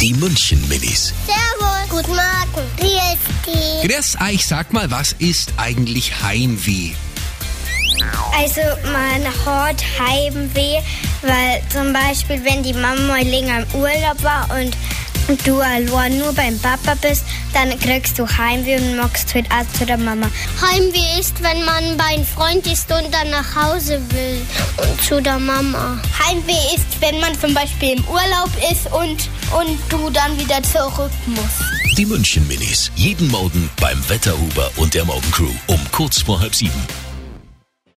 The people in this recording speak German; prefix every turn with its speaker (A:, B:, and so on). A: Die München Minis.
B: Servus. Guten Morgen. Grüß dich.
A: Grüß euch, ah, sag mal, was ist eigentlich Heimweh?
B: Also man hat Heimweh, weil zum Beispiel, wenn die Mama mal länger im Urlaub war und du allein nur beim Papa bist, dann kriegst du Heimweh und magst halt auch zu der Mama. Heimweh ist, wenn man bei einem Freund ist und dann nach Hause will und zu der Mama. Heimweh ist, wenn man zum Beispiel im Urlaub ist und, und du dann wieder zurück musst.
A: Die München Minis. Jeden Morgen beim Wetterhuber und der Morgencrew um kurz vor halb sieben.